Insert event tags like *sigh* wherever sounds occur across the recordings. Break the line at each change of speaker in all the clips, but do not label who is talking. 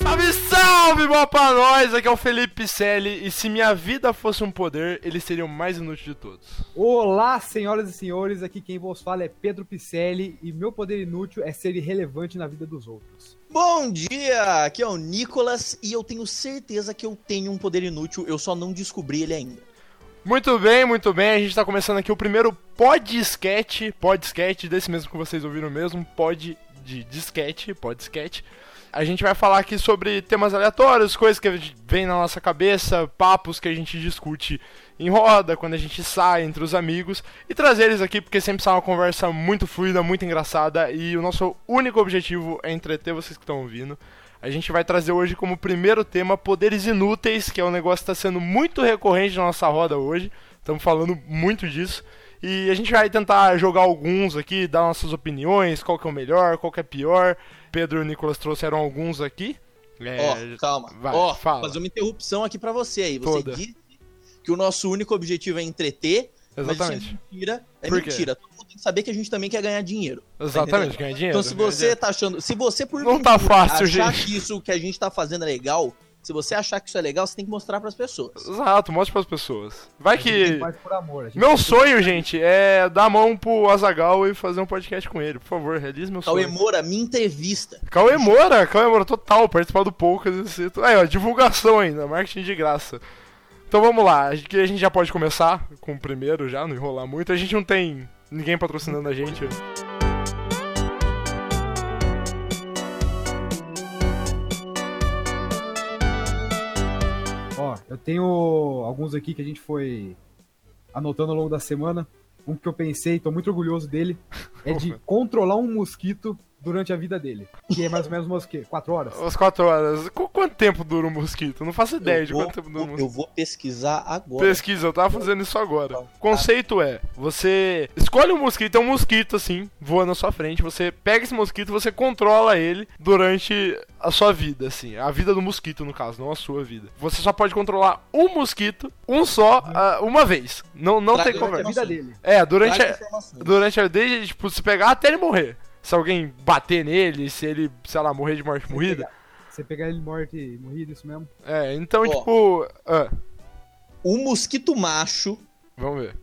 Salve, salve, boa pra nós! Aqui é o Felipe Picelli e se minha vida fosse um poder, ele seria o mais inútil de todos.
Olá, senhoras e senhores, aqui quem vos fala é Pedro Picelli e meu poder inútil é ser irrelevante na vida dos outros.
Bom dia! Aqui é o Nicolas e eu tenho certeza que eu tenho um poder inútil, eu só não descobri ele ainda.
Muito bem, muito bem, a gente tá começando aqui o primeiro podcast, podcast desse mesmo que vocês ouviram mesmo, pod de disquete, podcast. A gente vai falar aqui sobre temas aleatórios, coisas que vem na nossa cabeça, papos que a gente discute em roda, quando a gente sai entre os amigos, e trazer eles aqui porque sempre sai uma conversa muito fluida, muito engraçada, e o nosso único objetivo é entreter vocês que estão ouvindo. A gente vai trazer hoje como primeiro tema poderes inúteis, que é um negócio que está sendo muito recorrente na nossa roda hoje. Estamos falando muito disso. E a gente vai tentar jogar alguns aqui, dar nossas opiniões, qual que é o melhor, qual que é pior. Pedro e o Nicolas trouxeram alguns aqui.
Ó,
É,
calma.
vai,
Ó,
fala.
fazer uma interrupção aqui pra você aí. Você
Toda.
disse que o nosso único objetivo é entreter, mas
exatamente.
isso é mentira. É
Por quê?
mentira. Todo mundo tem que saber que a gente também quer ganhar dinheiro.
Exatamente, ganhar dinheiro.
Então se você tá achando, se você por
Não tá fácil,
achar
gente.
que isso que a gente tá fazendo é legal, se você achar que isso é legal, você tem que mostrar pras pessoas.
Exato, mostre pras pessoas. Vai
A gente
que.
faz por amor. a gente
Meu
faz por-
sonho, gente, é dar a mão pro Azagal e fazer um podcast com ele. Por favor, realize meu
Cauê
sonho.
Moura, me entrevista.
Cauê Moura, Cauê Moura total, participar do Poucas. esse- Aí, ó, divulgação ainda, marketing de graça. Então vamos lá, acho que a gente já pode começar com o primeiro já, não enrolar muito. A gente não tem ninguém patrocinando a gente.
Ó, eu tenho alguns aqui que a gente foi anotando ao longo da semana. Um que eu pensei, tô muito orgulhoso dele, é de controlar um mosquito durante a vida dele. Que é mais ou menos umas quê? Quatro horas?
Às quatro horas. Qu- quanto tempo dura um mosquito? Não faço ideia de
eu, vou,
quanto tempo dura um mosquito.
eu vou pesquisar agora.
Pesquisa, eu tava fazendo isso agora.
Tá.
O conceito é: você escolhe um mosquito, é um mosquito assim, voa na sua frente, você pega esse mosquito, você controla ele durante a sua vida, assim. A vida do mosquito, no caso, não a sua vida. Você só pode controlar um mosquito, um só, ah, uma vez. Não, não
Pra-
tem
durante
Durante a
conversa.
vida dele.
É, durante
Traga
a,
informação.
durante a. Desde, tipo, se pegar até ele morrer. Se alguém bater nele, se ele, sei lá, morrer de morte morrida.
Você pegar ele morto e morrido, isso mesmo?
É, então,
Ó.
tipo. ah,
O Um mosquito macho
vamos ver.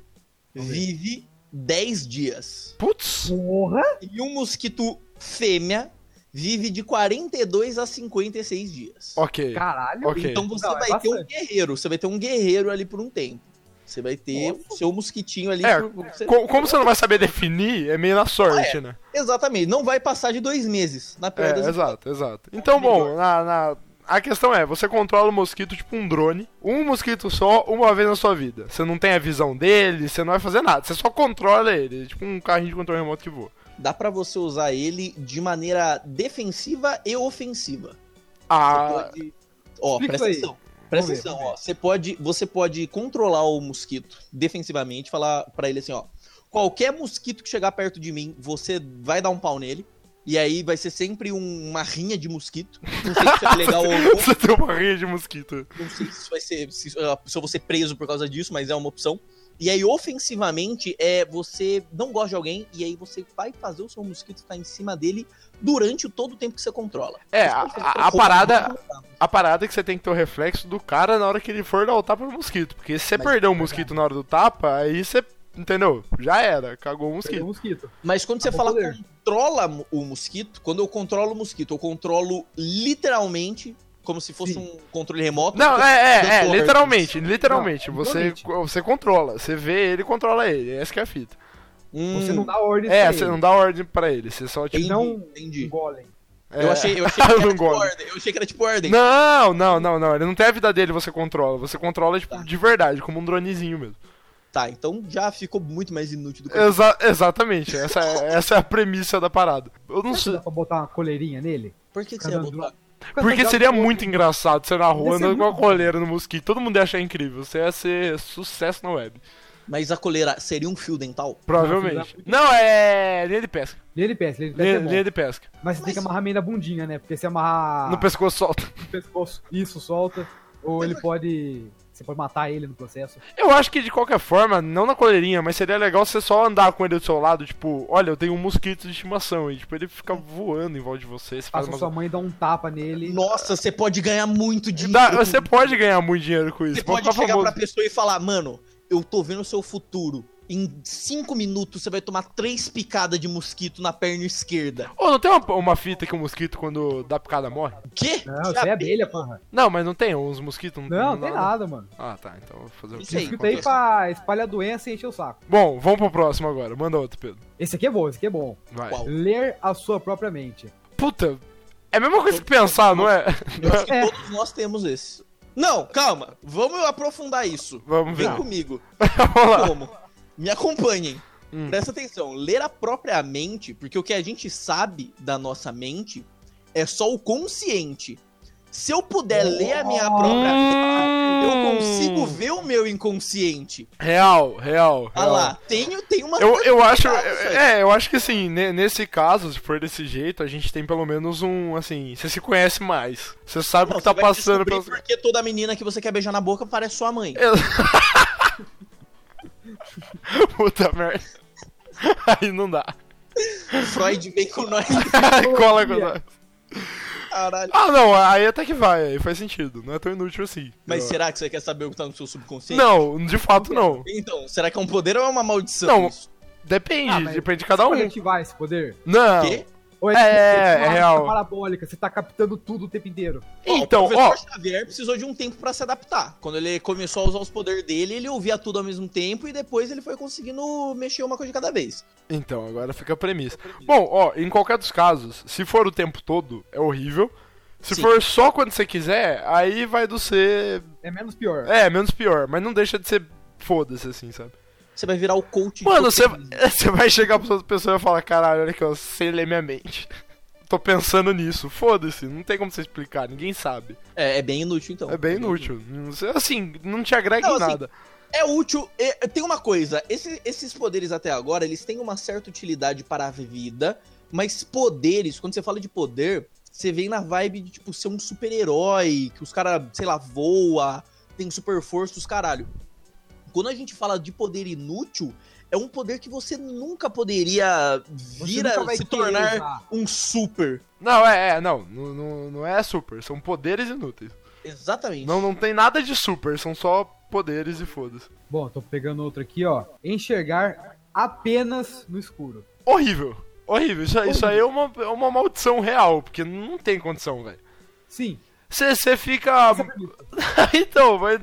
vive 10 dias.
Putz!
Porra!
E um mosquito fêmea vive de 42 a 56 dias.
Ok.
Caralho!
Ok.
Então você
Não, é
vai ter um
bastante.
guerreiro, você vai ter um guerreiro ali por um tempo. Você vai ter o seu mosquitinho ali.
É,
por- por- você-
Co- como você não vai saber definir, é meio na sorte, né?
Exatamente, não vai passar de dois meses na
É,
perda. das-
exato, exato. Então, bom, na, na- a questão é, você controla o mosquito tipo um drone, um mosquito só, uma vez na sua vida. Você não tem a visão dele, você não vai fazer nada, você só controla ele, tipo um carrinho de controle remoto que voa.
Dá pra você usar ele de maneira defensiva e ofensiva.
Ah,
Você pode- Ó,
Explica
presta
aí.
atenção. Presta
ver,
atenção,
vamos ver.
ó. Você pode, você pode controlar o mosquito defensivamente, falar pra ele assim, ó. Qualquer mosquito que chegar perto de mim, você vai dar um pau nele. E aí vai ser sempre um- uma rinha de mosquito. Não sei se é legal ou
*laughs*
não.
você tem uma rinha de mosquito.
Não sei se isso vai ser. Se, ah, se eu vou ser preso por causa disso, mas é uma opção. E aí, ofensivamente, é você não gosta de alguém, e aí você vai fazer o seu mosquito estar em cima dele durante o- todo o tempo que você controla.
É,
Você
a,
pode fazer
a- a
roupa,
parada...
roupa, roupa.
A parada é que você tem que ter o reflexo do cara na hora que ele for dar o tapa no mosquito. Porque se você
Mas- é
perder o mosquito na hora do tapa, aí você. Entendeu? Já era, cagou o
Perdeu
mosquito.
o um mosquito.
Mas quando você
Acabou
fala
o poder.
controla mo- o mosquito, quando eu controlo o mosquito, eu controlo literalmente, como se fosse
Sim.
um controle remoto.
Não, é, é, é,
Doutor.
literalmente, literalmente.
Não,
você,
literalmente.
você controla, você vê ele e controla ele. Essa que é a fita.
Hum,
Você não dá ordem
É,
pra
você
ele.
não dá ordem pra ele, você só
entendi,
tipo.
não-
entendi.
Golem.
é. *laughs*
Eu achei, eu achei que
Eu
era
não
tipo
gosto.
ordem. Eu achei que era tipo ordem.
Não, não, não, não. Ele não tem a vida dele, você controla. Você controla, tipo,
Tá.
de verdade, como um dronezinho mesmo.
Tá, então já ficou muito mais inútil do que
Exa- exatamente, essa é, essa é a premissa da parada. Eu não
Será que
sei.
dá pra botar uma coleirinha nele?
Por que, que você ia
Caramba,
botar?
Porque seria muito engraçado você na
Ia
rua
ser
andando com a
muito
coleira no mosquito. Todo mundo ia achar incrível. Você ia ser sucesso na web.
Mas a coleira seria um fio dental?
Provavelmente. Não, é. linha de pesca.
Linha de pesca, linha de pesca
Linha,
é bom.
linha de pesca.
Mas você tem que
Mas-
amarrar meio na bundinha, né? Porque se amarrar
No pescoço solta.
no pescoço, isso solta. Ou ele pode. Você pode matar ele no processo.
Eu acho que de qualquer forma, não na coleirinha, mas seria legal você só andar com ele do seu lado, tipo, olha, eu tenho um mosquito de estimação, e tipo, ele fica voando em volta de você, você faz
Faça
umas...
sua mãe dar um tapa nele.
Nossa, você pode ganhar muito dinheiro.
Ah. *laughs* Dá- você pode ganhar muito dinheiro com isso,
Você
pode
pode
ficar
chegar
famoso.
pra pessoa e falar, mano, eu tô vendo o seu futuro. Em cinco minutos você vai tomar três picadas de mosquito na perna esquerda.
Ô, não tem uma, uma fita que o mosquito, quando dá picada, morre?
O quê?
Não, você é abelha, porra.
Não, mas não tem, uns mosquitos não
Não, não tem nada, mano.
Ah, tá, então eu vou fazer o
Isso
que
aí.
Escuta aí pra espalhar doença e encher o saco.
Bom, vamos pro próximo agora, manda outro, Pedro.
Esse aqui é bom, esse aqui é bom.
Vai.
Qual?
Ler a sua própria mente.
Puta, é a mesma coisa que pensar, não é?
Eu acho que
É.
todos nós temos esse. Não, calma. Vamos aprofundar isso.
Vamos ver.
Vem comigo.
Vamos lá.
Como? Me acompanhem.
Hum.
Presta atenção. Ler a própria mente, porque o que a gente sabe da nossa mente é só o consciente. Se eu puder ler a minha própria mente, eu
Hum.
consigo ver o meu inconsciente.
Real, real, real.
Ah lá, tá tenho, tem uma.
Eu, eu acho.
Obrigado, Sérgio.
É, eu acho que assim, ne- nesse caso, se for desse jeito, a gente tem pelo menos um. Assim, você se conhece mais. Você sabe o que tá passando
pelo.
pelas.
Porque toda menina que você quer beijar na boca parece
*laughs*
sua mãe.
Puta merda. *laughs* Aí não dá.
Freud vem com
*laughs*
nós.
Aí cola com nós.
Caralho.
Ah, não, aí até que vai, aí faz sentido. Não é tão inútil assim.
Mas
Eu-
será que você quer saber o que tá no seu subconsciente?
Não, de fato não.
Então, será que é um poder ou é uma maldição?
Não.
isso?
Depende,
Ah, mas-
depende de cada
Pode
um.
ativar esse poder?
Não.
Quê?
Ou
É,
tipo uma
é
lata
real.
parabólica, você tá captando tudo o tempo inteiro.
Então,
o
ó.
professor Xavier precisou de um tempo pra se adaptar. Quando ele começou a usar os poderes dele, ele ouvia tudo ao mesmo tempo e depois ele foi conseguindo mexer uma coisa de cada vez.
Então, agora fica a premissa. Bom, ó, em qualquer dos casos, se for o tempo todo, é horrível. Se
Sim.
for só quando você quiser, aí vai do ser.
É menos pior.
É, menos pior, mas não deixa de ser foda-se assim, sabe?
Você vai virar o coach
Mano,
de
você,
tokenismo.
*laughs* você vai chegar pra outra pessoa e vai falar: caralho, olha que eu sei ler minha mente. *laughs* Tô pensando nisso, foda-se, não tem como você explicar, ninguém sabe.
É, é bem inútil, então.
É bem inútil. Não sei- Assim, não te agrega
Não,
em
assim,
nada.
É útil. é- tem uma coisa: esse- esses poderes até agora, eles têm uma certa utilidade para a vida, mas poderes, quando você fala de poder, você vem na vibe de tipo ser um super-herói, que os caras, sei lá, voa, tem super força, os caralho. Quando a gente fala de poder inútil, é um poder que você nunca poderia
Você
vir
nunca
a
vai
se
querer
tornar
usar.
um super.
Não, é, é, não, não, não- não é super, são poderes inúteis.
Exatamente.
Não, não tem nada de super, são só poderes e foda-se.
Bom, tô pegando outro aqui, ó. Enxergar apenas no escuro.
Horrível. Horrível. Isso, isso aí é uma, é uma maldição real, porque não tem condição, velho.
Sim.
Você fica. *laughs*
essa é a premissa.
então, mas.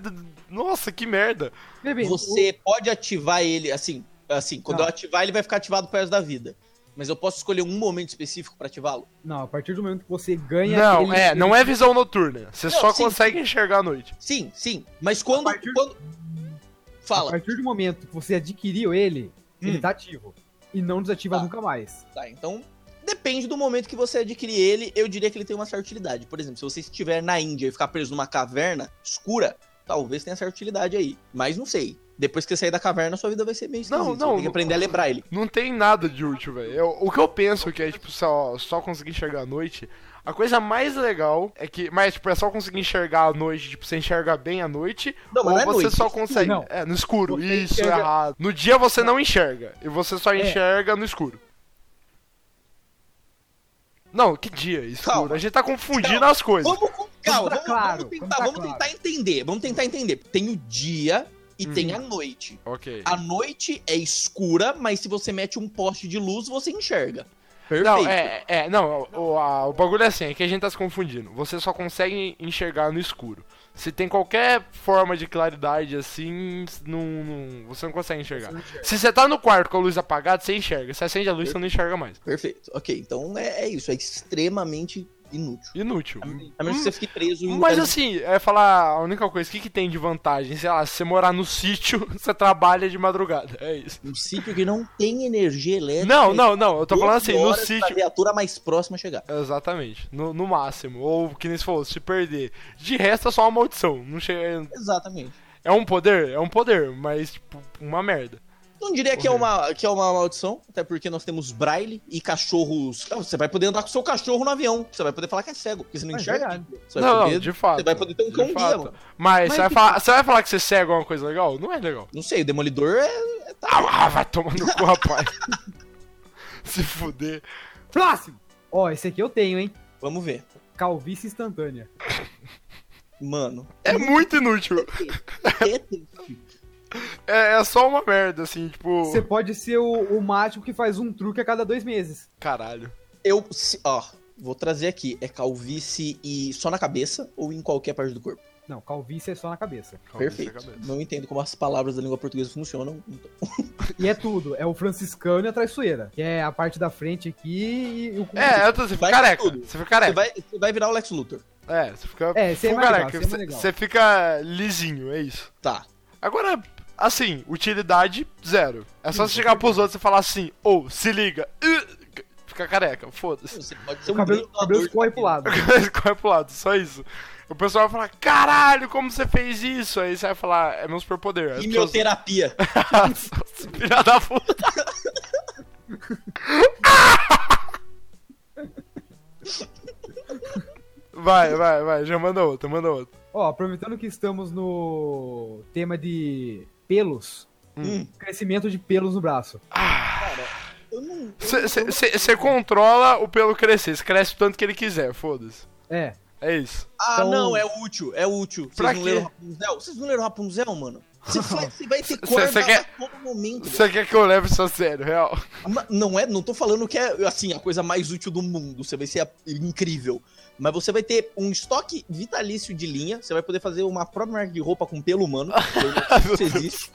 Nossa, que merda.
Vê bem,
Você pode ativar ele, assim, assim, quando
Tá.
Não.
eu ativar, ele vai ficar ativado pro resto da vida. Mas eu posso escolher um momento específico pra ativá-lo?
o- Não, a partir do momento que você ganha.
Não,
ele-
é, não é visão noturna. Você
Não,
só
sim.
consegue enxergar à noite.
Sim, sim. Mas quando.
A partir-
quando...
A
Fala.
partir do momento que você adquiriu ele, ele
Hum.
tá ativo. E não desativa
Tá.
nunca mais.
Tá, então. Depende do momento que você adquirir ele, eu diria que ele tem uma certa utilidade. Por exemplo, se você estiver na Índia e ficar preso numa caverna escura, talvez tenha certa utilidade aí. Mas não sei. Depois que você sair da caverna, sua vida vai ser meio esquisita.
Não,
Você
não,
Tem que
não.
aprender a lembrar ele.
Não tem nada de útil, velho. Eu- O que eu penso que é, tipo, só, só conseguir enxergar à noite. A coisa mais legal é que. Mas, tipo, é só conseguir enxergar à noite. Tipo, você enxerga bem à noite.
Não, mas
ou
não é
você
noite,
só
é escuro,
consegue.
não.
É, no escuro.
Você
Isso,
enxerga-
errado. No dia você não enxerga. E você só
É.
enxerga no escuro. Não, que dia? Escuro.
Calma.
A gente tá confundindo
Calma.
as coisas.
Vamos com calma,
tá
vamos,
claro,
vamos tentar,
vamos tá
vamos
claro.
tentar entender, vamos tentar entender. Tem o dia e
Hum.
tem a noite.
Ok.
A noite é escura, mas se você mete um poste de luz, você enxerga.
Não, é, é, não, o, a- o bagulho é assim, é que a gente tá se confundindo. Você só consegue enxergar no escuro. Se tem qualquer forma de claridade assim, não, não- você não consegue enxergar. Se você tá no quarto com a luz apagada, você enxerga. Se acende a luz, você não enxerga mais.
Perfeito. Ok, então é, é isso, é extremamente inútil.
Inútil.
A menos que você fique preso em um
Hum. Mas
lugar-
assim, é falar a única coisa, o que, que tem de vantagem? Sei lá, se você morar no sítio, *laughs* você trabalha de madrugada. É isso.
um sítio que não tem energia elétrica.
Não, não, não. Eu tô
Doze
falando assim, no
É horas pra
sítio.
viatura mais próxima chegar.
Exatamente, no, no máximo. Ou que nem se falou, se perder. De resto é só uma maldição. Não chega.
Exatamente.
É É um poder? É um poder, mas, tipo, uma merda.
Não diria que é, uma, que é uma maldição, até porque nós temos braille e cachorros. Não, você vai poder andar com o seu cachorro no avião. Você vai poder falar que é cego, porque você não
Mas
enxerga.
verdade.
Você vai
não,
poder,
não, de fato.
você vai poder ter um
de
cão guia,
fato.
mano.
Mas,
Mas
você, vai
que-
falar, você vai falar que você cega alguma coisa legal? Não é legal.
Não sei, o demolidor é.
Ah, vai tomar no
*laughs*
cu, rapaz. Se fuder.
Próximo! Ó, esse aqui eu tenho, hein?
Vamos ver.
Calvície instantânea.
*laughs*
Mano.
É muito inútil. É, é só uma merda, assim, tipo.
Você pode ser o, o mágico que faz um truque a cada dois meses.
Caralho.
Eu. se- ó, vou trazer aqui. É calvície e só na cabeça ou em qualquer parte do corpo?
Não, calvície é só na cabeça.
Calma,
Perfeito.
deixa eu cabeça.
Não entendo como as palavras da língua portuguesa funcionam. então.
E é tudo. É o franciscano e a traiçoeira. Que é a parte da frente aqui e o...
É, eu tô, você fica
Vai
careca.
tudo.
Você fica
Você,
careca.
vai, você vai virar o Lex Luthor.
É, você fica
É, esse é
full
mais legal,
careca.
esse é mais
Você-
legal.
Você fica lisinho, é isso.
Tá.
Agora, assim, utilidade zero. É só você chegar pros outros e falar assim, ou, se liga, *laughs* uh, fica careca, foda-se. *laughs*
Você pode ser
O
um
cabelo, o
grandador
cabelo
de
escorre pro lado.
Corre pro lado, só isso. O pessoal vai falar, caralho, como você fez isso? Aí você vai falar, é meu superpoder. As pessoas-
Quimioterapia.
*laughs* Filha da puta. Vai, vai, vai, já manda outra, manda outra.
Ó, aproveitando que estamos no tema de pelos,
Hum.
crescimento de pelos no braço.
Eu não.
Você controla o pelo crescer, você cresce o tanto que ele quiser, foda-se.
É.
É isso.
Ah,
Então-
não, é útil, é útil. Vocês
Pra
não
quê?
leram Rapunzel? Vocês não leram Rapunzel, mano? Você, faz- você
*laughs*
vai ter
Cê-
corda
cê quer-
a todo momento.
Você quer que eu leve isso a sério, real?
Ma- Não é, não tô falando que é assim a coisa mais útil do mundo. Você vai ser a- incrível, mas você vai ter um estoque vitalício de linha. Você vai poder fazer uma própria marca de roupa com pelo
*laughs*
humano. Eu não sei se isso existe.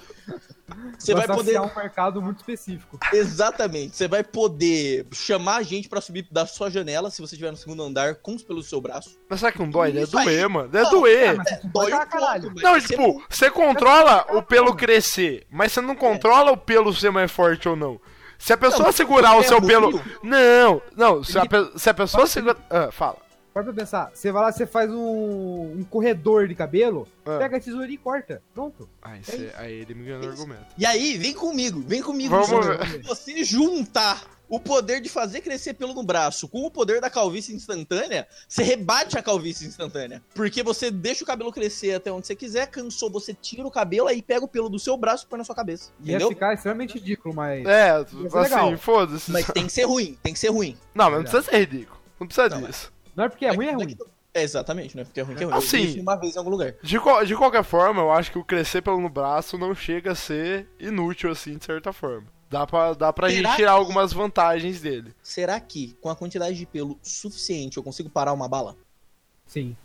Você vai poder
saciar um mercado muito específico.
exatamente. Você vai poder chamar a gente pra subir da sua janela se você estiver no segundo andar com os pelos do seu braço.
Mas será que não dói? É
Isso aí.
doer, mano. É
Não,
doer.
mas isso
Dói
pra
um
caralho.
pouco, mas
Não,
você
tipo, você controla o pelo crescer, mas você não controla o pelo ser mais forte ou não. Se a pessoa
Não,
segurar o
é
seu pelo.
horrível.
Não, não, se a, pe- se a pessoa segurar. Ah, fala.
Para pra pensar, você vai lá, você faz um, um corredor de cabelo,
É.
Ah.
pega a tesoura e corta. Pronto.
Aí,
cê-
ele me ganhou
no
no argumento.
E aí, vem comigo, vem comigo.
Vamos
João.
ver.
Se você juntar o poder de fazer crescer pelo no braço com o poder da calvície instantânea, você rebate a calvície instantânea. Porque você deixa o cabelo crescer até onde você quiser, cansou, você tira o cabelo, aí pega o pelo do seu braço e põe na sua cabeça.
Ia
Entendeu?
ficar extremamente ridículo, mas.
É,
Mas é legal.
assim, foda-se.
Mas tem que ser ruim, tem que ser ruim.
*laughs* Não, mas não precisa ser ridículo. Não precisa
Não,
disso.
Não é porque é ruim, é
Daqui-
ruim.
daqui- É, exatamente, né? Porque é ruim que é ruim. Eu vi
Assim.
isso uma vez em algum lugar.
De, qual- de qualquer forma, eu acho que o crescer pelo no braço não chega a ser inútil, assim, de certa forma. Dá pra, dá pra gente
Será
tirar
que-
algumas vantagens dele.
Será que com a quantidade de pelo suficiente eu consigo parar uma bala? *laughs*
Sim.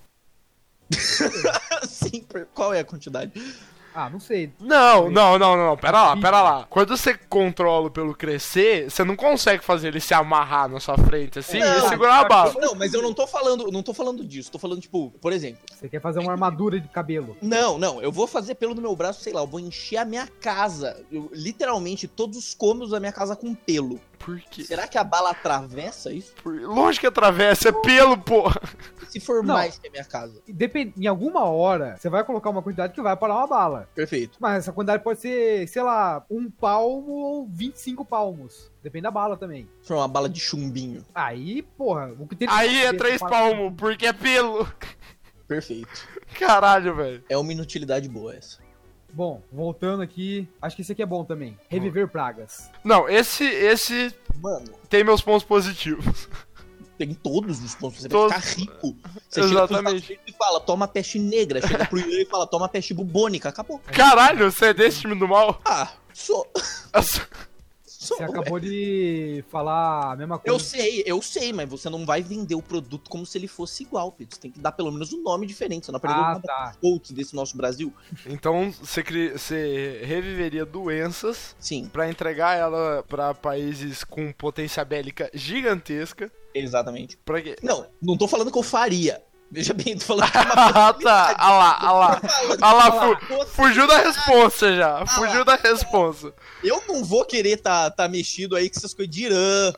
Sim, por- qual é a quantidade?
Ah, não sei.
Não, não, não, não, não, pera lá, pera lá. Quando você controla o pelo crescer, você não consegue fazer ele se amarrar na sua frente, assim,
Não,
e segurar a bala.
Não, mas eu não tô falando, não tô falando disso, tô falando tipo, por exemplo,
Você quer fazer uma armadura de cabelo.
Não, não, eu vou fazer pelo no meu braço, sei lá, eu vou encher a minha casa, eu- literalmente todos os cômodos da minha casa com pelo.
Por quê?
Será que a bala atravessa isso?
Por... Lógico que atravessa, é pelo, porra.
E Se for
Não.
mais que a minha casa.
E depen- Em alguma hora, você vai colocar uma quantidade que vai parar uma bala.
Perfeito.
Mas essa quantidade pode ser, sei lá, um palmo ou 25 palmos. Depende da bala também.
Se for uma bala de chumbinho.
Aí, porra, o que tem
Aí é três palmos, porque é pelo. *laughs*
Perfeito.
Caralho, velho.
É uma inutilidade boa essa.
Bom, voltando aqui, acho que esse aqui é bom também. Reviver pragas.
Não, esse, esse
Mano,
tem meus pontos positivos.
tem todos os pontos. Você
Todos.
vai ficar rico. Você chega pros
Exatamente.
Estados Unidos e fala, toma peste negra. Chega pro Irã e fala, toma peste bubônica. Acabou.
Caralho, você é desse time do mal?
Ah, sou. *laughs*
Então, *laughs*
sou
Você acabou
*laughs*
de falar a mesma
é Eu
coisa.
sei, eu sei, mas você não vai vender o produto como se ele fosse igual, Pedro. Você tem que dar pelo menos um nome diferente. Você não aprendeu
Ah,
nada
tá.
dos outros desse nosso Brasil?
Então você cri- você reviveria doenças
Sim,
pra entregar ela pra países com potência bélica gigantesca.
exatamente.
Pra quê?
Não, não tô falando que eu faria. Veja bem, tô falando que é uma
*laughs* Ah, tá. Ah lá, ah lá. Ah lá,
*laughs*
fu-
coisa-
fugiu da responsa já. Fugiu da responsa.
Eu não vou querer tá, tá mexido aí com essas
Ah.
coisas de Irã.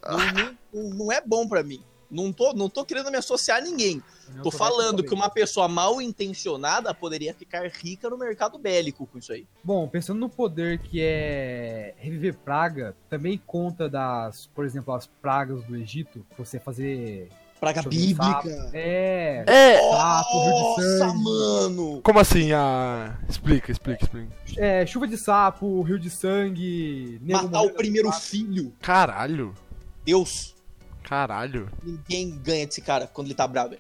Não, não- não é bom pra mim. Não tô, não tô querendo me associar a ninguém.
Eu
Tô
soubesse, eu
falando
também.
que uma pessoa mal intencionada poderia ficar rica no mercado bélico com isso aí.
Bom, pensando no poder que é reviver praga, também conta das, por exemplo, as pragas do Egito, pra você fazer.
Praga
deixa eu ver,
bíblica.
sapo. É,
É.
Sapo, rio de
Nossa,
sangue.
mano!
Como assim? Ah, explica, explica, explica.
é, chuva de sapo, rio de sangue, nego
Matar o
morrendo.
primeiro filho.
Caralho.
Deus,
Caralho.
ninguém ganha desse cara quando ele tá bravo.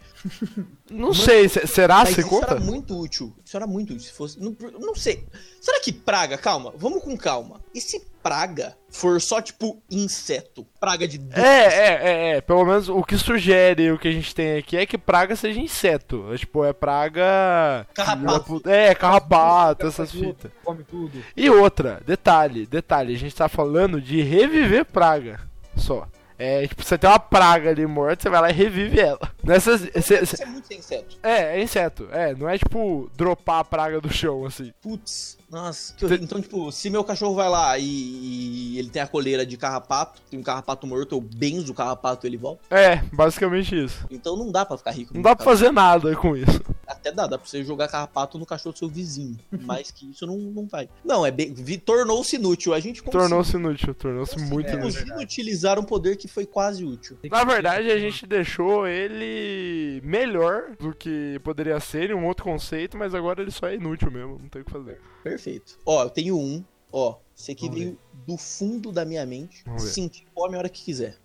Não sei, se- será?
Mas
Ah, Você
isso
conta?
era muito útil. Isso era muito útil. Se fosse. Não, não sei. Será que praga? Calma, vamos com calma. E se praga for só tipo inseto? Praga de.
É, é, é, é. Pelo menos o que sugere o que a gente tem aqui é que praga seja inseto. É, tipo, é praga.
Carrapato.
É, carrapato, essas
Come
fitas.
Come tudo.
E outra, detalhe, detalhe, a gente tá falando de reviver praga. Só. É, tipo, você tem uma praga ali morta, você vai lá e revive ela. Nessas. cê- cê-
Isso é muito sem inseto.
é, é inseto. É, não é tipo dropar a praga do chão, assim.
Putz, nossa, que horrível. Então, tipo, se meu cachorro vai lá e, e ele tem a coleira de carrapato, tem um carrapato morto, eu benzo o carrapato e ele volta.
É, basicamente isso.
Então não dá pra ficar rico.
Não dá pra fazer nada com isso.
Até dá, dá pra você jogar carrapato no cachorro do seu vizinho. Mas que isso não, não vai. Não, é bem. vi- Tornou-se inútil. A gente
Tornou-se inútil, tornou-se
assim?
muito
É,
inútil.
conseguimos
verdade.
utilizar um poder que foi quase útil.
Tem que-
Na verdade, a gente deixou ele melhor do que poderia ser em um outro conceito, mas agora ele só é inútil mesmo, não tem o que fazer.
Perfeito. Ó, eu tenho um. Ó, esse aqui
Vamos
veio do fundo da minha mente.
Vamos ver.
Sentir fome a hora
*laughs*
que quiser.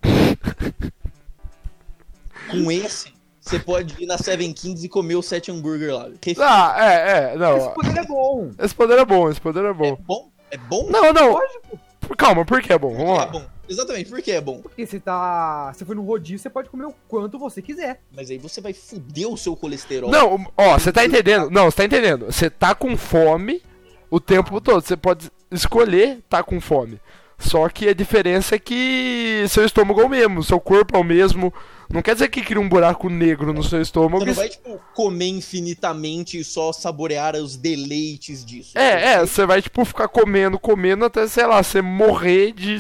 Com esse, você pode ir na Seven Kings e comer os sete hambúrguer lá. Refi-
Ah, é, é,
Esse
não.
poder é bom.
Esse poder é bom, esse poder é
É
bom.
bom? É bom?
Não, não,
Lógico,
por- calma, por que é bom? Vamos
É
lá.
bom. Exatamente, porque é bom.
porque você tá. Você foi no rodízio, você pode comer o quanto você quiser.
Mas aí você vai fuder o seu colesterol.
Não, ó, você tá entendendo, não, você tá entendendo. Você tá com fome o tempo todo, você pode escolher tá com fome. Só que a diferença é que seu estômago é o mesmo, seu corpo é o mesmo. Não quer dizer que cria um buraco negro no seu estômago.
Você não
e-
vai, tipo, comer infinitamente e só saborear os deleites disso.
É, é, você vai, tipo, ficar comendo, comendo até, sei lá, você morrer de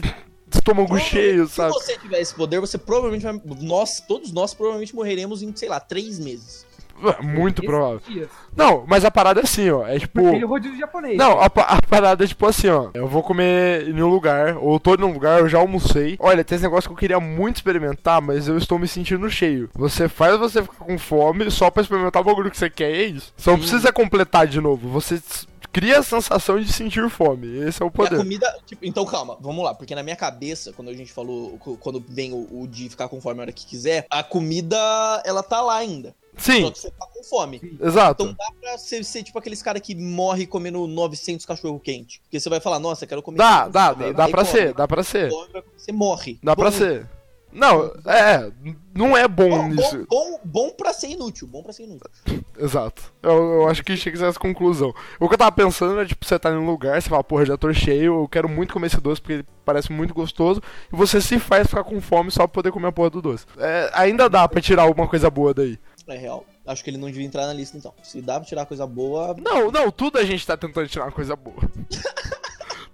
estômago cheio,
Se
sabe?
você tiver esse poder, você provavelmente vai. Nós, todos nós, provavelmente morreremos em, sei lá, três meses.
Ué, É Muito
Esses
provável.
dias.
Não, mas a parada é assim, ó. É tipo.
Prefiro o rodízio japonês.
Não, a, pa- a parada é tipo assim, ó. Eu vou comer em um lugar, ou tô num lugar, eu já almocei. Olha, tem esse negócio que eu queria muito experimentar, mas eu estou me sentindo cheio. Você faz você ficar com fome só pra experimentar o bagulho que você quer, é isso. Você não precisa completar de novo. Você s- cria a sensação de sentir fome. Esse é o
E a
poder.
comida. tipo, então calma, vamos lá. Porque na minha cabeça, quando a gente falou. Quando vem o, o de ficar conforme a hora que quiser, a comida, ela tá lá ainda. Só
Sim,
que você tá com fome.
exato.
Então dá pra você ser tipo aqueles cara que morre comendo 900 cachorro quente. Porque você vai falar, nossa, quero comer.
Dá,
900
dá,
também.
dá, dá
Aí
pra
come,
ser, dá pra ser.
come, vai comer, Você morre.
Dá pra
Bom,
ser. Não, é, não é bom,
Bom, bom,
nisso.
bom, bom pra ser inútil, bom pra ser inútil.
Exato. Eu, eu acho que chega a essa conclusão. O que eu tava pensando era, tipo, você tá num lugar, você fala, porra, já tô cheio, eu quero muito comer esse doce porque ele parece muito gostoso, e você se faz ficar com fome só pra poder comer a porra do doce. É, ainda dá pra tirar alguma coisa boa daí.
É real. Acho que ele não devia entrar na lista, então. Se dá pra tirar coisa boa.
Não, não, tudo a gente tá tentando tirar uma coisa
*laughs*
boa.